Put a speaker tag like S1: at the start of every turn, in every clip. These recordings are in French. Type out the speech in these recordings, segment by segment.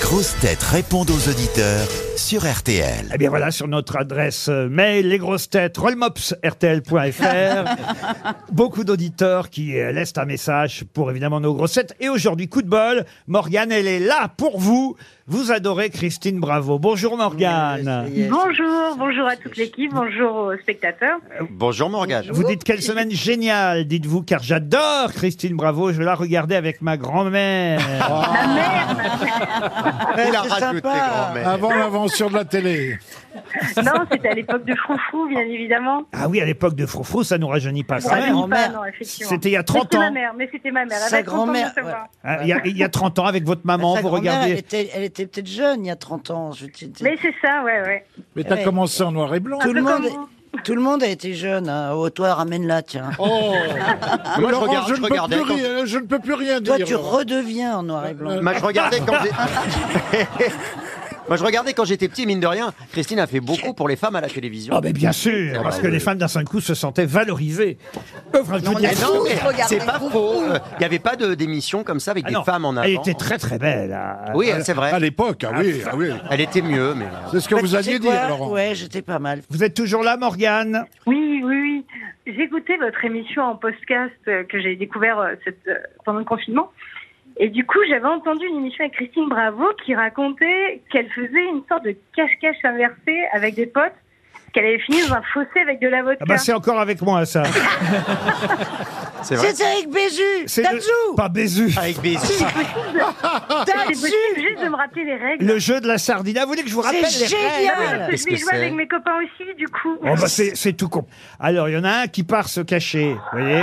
S1: grosses têtes répondent aux auditeurs sur RTL.
S2: Eh bien voilà, sur notre adresse euh, mail, les grosses têtes, rollmops.rtl.fr. Beaucoup d'auditeurs qui euh, laissent un message pour évidemment nos grosses têtes. Et aujourd'hui, coup de bol, Morgane, elle est là pour vous. Vous adorez Christine Bravo. Bonjour Morgane.
S3: Bonjour, bonjour à toute l'équipe, bonjour aux spectateurs.
S4: Bonjour Morgane.
S2: Vous dites quelle semaine géniale, dites-vous, car j'adore Christine Bravo. Je la regardais avec ma grand-mère.
S5: Ah,
S4: Il a rajouté grand-mère.
S6: Avant l'invention de la télé.
S3: Non, c'était à l'époque de Froufrou, bien évidemment.
S2: ah oui, à l'époque de Froufrou, ça nous rajeunit pas.
S3: Ah,
S2: ça.
S3: je dis pas,
S5: grand-mère.
S3: non, effectivement.
S2: C'était il y a 30
S3: C'était ma
S2: ans.
S3: mère, mais c'était ma mère. bah,
S5: Sa
S3: Elle va être contente de
S5: grand-mère,
S3: savoir.
S2: Ah, Il y, a- il y a 30 ans avec votre maman,
S5: Sa
S2: vous
S5: grand-mère,
S2: regardez.
S5: Elle était, elle était peut-être jeune il y a 30 ans. je te dis.
S3: Mais c'est ça, ouais, ouais.
S6: Mais t'as
S5: Ouais.
S6: commencé en noir et blanc.
S5: Eh. tout, le
S3: peu
S5: monde,
S3: comme
S5: tout le monde a été jeune. hein. Oh, toi, ramène-la, tiens.
S6: Oh
S4: Ah, Moi, je,
S6: Laurent,
S4: regarde-
S6: je,
S4: je
S6: ne peux
S4: regardais
S6: plus
S4: quand...
S6: rien, je ne peux plus rien
S5: toi,
S6: dire.
S5: tu redeviens en noir et blanc.
S4: Moi, je regardais quand j'ai- Moi, je regardais quand j'étais petit, mine de rien. Christine a fait beaucoup pour les femmes à la télévision.
S2: Ah ben bien sûr, parce que les femmes d'un seul coup se sentaient valorisées. Enfin, je veux
S6: ben,
S2: dire,
S4: Mais Ah non, mais c'est pas faux. Euh, Il n'y avait pas de- d'émission comme ça avec
S2: Ah
S4: des
S2: non,
S4: femmes en avant.
S2: Elle était très très belle. hein.
S4: Oui, c'est
S6: À
S4: vrai.
S6: l'époque, ah oui, ah oui.
S4: Elle était mieux, mais. euh,
S6: C'est ce que
S5: Bah,
S6: vous
S5: tu
S6: alliez
S5: sais
S6: dire,
S5: quoi
S6: Laurent.
S5: Ouais, j'étais pas mal.
S2: Vous êtes toujours là, Morgane
S3: Oui, oui, oui. J'écoutais votre émission en podcast euh, que j'ai découvert euh, cette, euh, pendant le confinement. Et du coup, j'avais entendu une émission avec Christine Bravo qui racontait qu'elle faisait une sorte de cache-cache inversé avec des potes, qu'elle avait fini dans un fossé avec de la vodka.
S2: ah bah, C'est encore avec moi, ça.
S4: C'est vrai.
S5: C'est avec Bézu
S2: C'est le-
S5: Tatsu
S2: Pas Bézu.
S4: Avec des.
S3: C'est possible juste de me rappeler les règles.
S2: Le jeu de la sardine. Ah, Vous voulez que je vous rappelle
S5: C'est
S2: les règles
S5: génial
S3: Parce
S4: Qu'est-ce
S3: que je vais
S4: que
S3: jouer
S4: c'est
S3: avec mes copains aussi, du coup.
S2: Oh bah, c'est c'est tout con. Alors, il y en a un qui part se cacher, vous voyez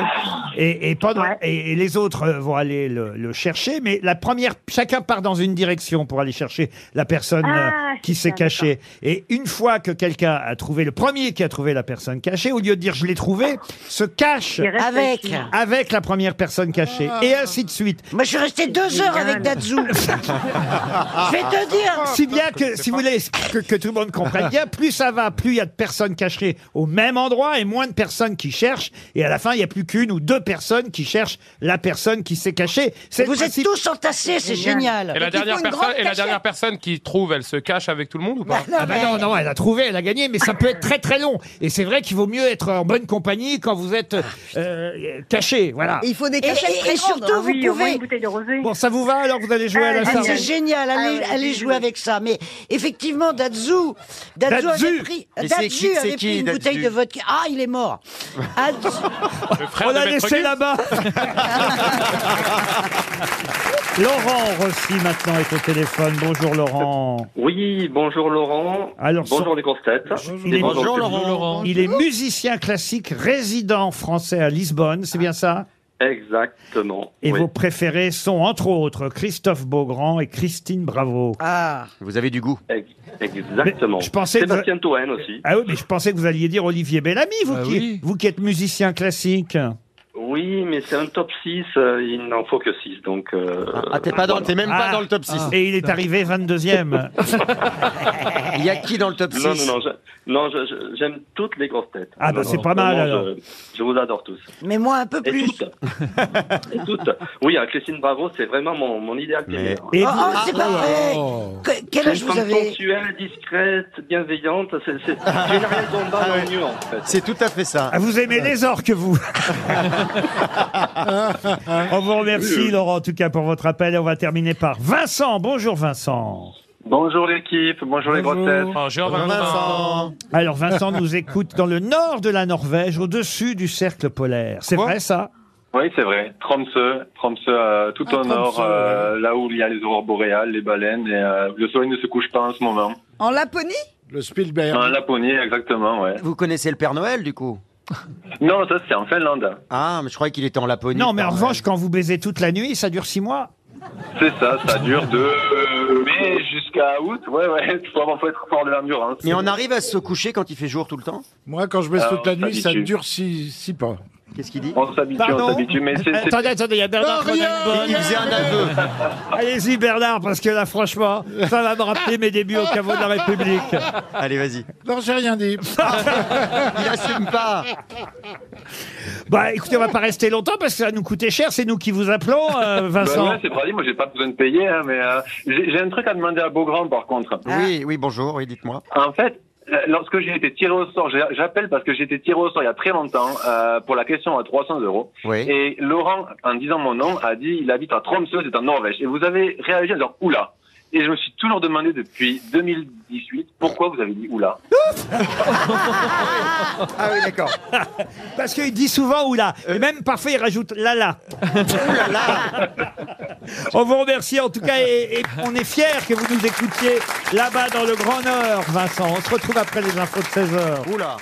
S2: et, et, pendant,
S3: Ouais.
S2: et, et les autres euh, vont aller le, le chercher, mais la première, chacun part dans une direction pour aller chercher la personne
S3: Ah,
S2: euh, qui
S3: c'est
S2: s'est
S3: ça,
S2: cachée. Et une fois que quelqu'un a trouvé, le premier qui a trouvé la personne cachée, au lieu de dire je l'ai trouvée, se cache
S3: Il reste
S5: Avec.
S3: ici.
S2: avec la première personne cachée, et ainsi de suite.
S5: Moi, je suis resté deux heures
S3: Génial.
S5: avec Tatsu. je vais te dire.
S2: Si bien que, si vous voulez que, que tout le monde comprenne bien, plus ça va, plus il y a de personnes cachées au même endroit et moins de personnes qui cherchent. Et à la fin, il n'y a plus qu'une ou deux personnes qui cherchent la personne qui s'est cachée. C'est le
S5: Vous êtes
S2: principe.
S5: tous entassés, c'est génial.
S7: Et la, dernière personne, et la dernière personne qui trouve, elle se cache avec tout le monde ou pas
S2: Ah bah non, non, elle a trouvé, elle a gagné, mais ça peut être très très long. Et c'est vrai qu'il vaut mieux être en bonne compagnie quand vous
S5: Ah,
S2: êtes euh, caché, voilà.
S8: Il faut des
S5: Et,
S8: cachettes
S5: et-
S8: très
S5: et
S8: grandes,
S5: surtout,
S8: hein.
S5: vous
S3: Oui, au moins
S5: pouvez
S3: une bouteille de rosé.
S2: Bon, ça vous va alors Vous allez jouer à la
S3: Ah,
S5: Ah,
S2: sardine
S5: c'est génial, allez,
S3: Ah ouais,
S5: allez
S3: c'est
S5: jouer avec ça. Mais effectivement, Dadzu, Dadzu,
S2: Dadzu
S5: avait pris,
S4: Mais c'est
S5: Dadzu
S4: qui- c'est
S5: avait pris
S4: qui,
S5: une
S4: Dadzu
S5: bouteille de vodka. Ah, il est mort. Adzu-
S7: Le frère
S2: On
S7: de
S2: l'a
S7: Maître
S2: laissé
S7: Gims
S2: là-bas Laurent Rossi maintenant est au téléphone. Bonjour Laurent.
S9: Oui, bonjour Laurent.
S2: Alors,
S9: bonjour
S2: son-
S9: les grosses têtes.
S2: Il est-
S9: Et
S4: Bonjour
S9: le
S4: Laurent.
S2: Il est musicien classique résident français à Lisbonne, c'est bien ça
S9: public. Exactement.
S2: Et
S9: oui.
S2: vos préférés sont entre autres Christophe Beaugrand et Christine Bravo.
S5: Ah,
S4: Vous avez du goût.
S9: Ex- Exactement.
S2: Mais je pensais que-
S9: Sébastien Toen aussi.
S2: Ah oui, mais je pensais que vous alliez dire Olivier Bellamy, vous,
S7: Bah
S2: qui,
S7: oui.
S2: vous qui êtes musicien classique.
S9: Oui, mais c'est un top 6, euh, il n'en faut que 6. Donc, euh,
S4: Ah, t'es pas dans,
S9: voilà.
S4: t'es même
S2: Ah.
S4: pas dans le top 6.
S2: Et il est arrivé 22e.
S4: Ah. Il y a qui dans le top 6
S9: Non, non, non, je- non, je- je- j'aime toutes les grosses têtes.
S2: Ah, bah,
S9: Vraiment,
S2: c'est pas mal,
S9: vraiment,
S2: alors.
S9: Je, je vous adore tous.
S5: mais moi un peu
S9: Et
S5: plus.
S9: toutes. Et toutes. Oui, hein, Christine Bravo, c'est vraiment mon, mon idéal.
S4: Mais-
S9: première.
S2: Et
S5: Oh,
S2: vous-
S5: oh, c'est
S4: Ah,
S5: parfait.
S6: Oh.
S5: Que- quel
S9: Une
S5: âge vous
S9: femme
S5: avez
S9: sensuelle, discrète, bienveillante, c'est c'est- j'ai la raison d'en
S4: Ah
S9: mieux en fait.
S4: C'est tout à fait ça.
S2: ah, vous aimez les orques, vous On vous remercie, Laurent, en tout cas, pour votre appel. Et on va terminer par Vincent. Bonjour, Vincent.
S9: Bonjour l'équipe, bonjour, les grosses têtes.
S7: Bonjour Vincent.
S4: Vincent.
S2: Alors, Vincent nous écoute dans le nord de la Norvège, au-dessus du cercle polaire. C'est
S7: Quoi
S2: vrai, ça
S9: Oui, c'est vrai. Tromsø, Tromsø euh, tout
S5: Ah,
S9: au nord,
S5: Tromsø,
S9: euh, là où il y a les aurores boréales, les baleines, et euh, le soleil ne se couche pas en ce moment.
S8: En Laponie
S6: Le Spielberg.
S9: En Laponie, exactement, ouais.
S4: Vous connaissez le Père Noël du coup
S9: Non, ça c'est en Finlande.
S4: Ah, mais je croyais qu'il était en Laponie.
S2: Non, mais
S9: Ah,
S2: en
S4: Père Noël.
S2: revanche, quand vous baisez toute la nuit, ça dure six mois.
S9: C'est ça, ça dure de euh, mai jusqu'à août. Ouais, ouais, faut, avoir- faut être fort de l'endurance.
S4: Mais on arrive à se coucher quand il fait jour tout le temps
S6: Moi, quand je baisse
S9: Alors,
S6: toute la
S9: ça
S6: nuit,
S9: dit
S6: ça
S9: tu.
S6: dure six, six pas.
S4: Qu'est-ce qu'il dit
S9: On s'habitue,
S2: Pardon
S9: on s'habitue. Mais c'est. Oh, c'est-
S8: Attendez, attendez, il y a Bernard
S6: Non, rien.
S8: Cronenbourg.
S4: Il faisait un aveu.
S2: Allez-y Bernard, parce que là franchement, ça va me rappeler mes débuts au caveau de la République.
S4: Allez, vas-y.
S6: Non, j'ai rien dit.
S4: Il assume pas.
S2: Bah écoutez, on va pas rester longtemps parce que ça va nous coûter cher, c'est nous qui vous appelons, euh,
S9: Bah
S2: Vincent.
S9: ouais, c'est pratique. Moi, j'ai pas besoin de payer, hein, mais euh, j'ai j'ai un truc à demander à Beaugrand, par contre.
S4: Oui, oui, bonjour, oui, dites-moi.
S9: En fait, euh, lorsque j'ai été tiré au sort, j'ai- j'appelle parce que j'ai été tiré au sort il y a très longtemps euh, pour la question à 300 euros.
S4: Oui.
S9: Et Laurent, en disant mon nom, a dit il habite à Tromsø, c'est en Norvège. Et vous avez réagi en disant oula. Et je me suis toujours demandé depuis 2018 pourquoi vous avez dit oula.
S4: Ah oui, d'accord.
S2: Parce qu'il dit souvent oula. Et même parfois il rajoute là là. on vous remercie en tout cas et, et on est fiers que vous nous écoutiez là-bas dans le Grand Nord, Vincent. On se retrouve après les infos de 16h.
S4: Oula.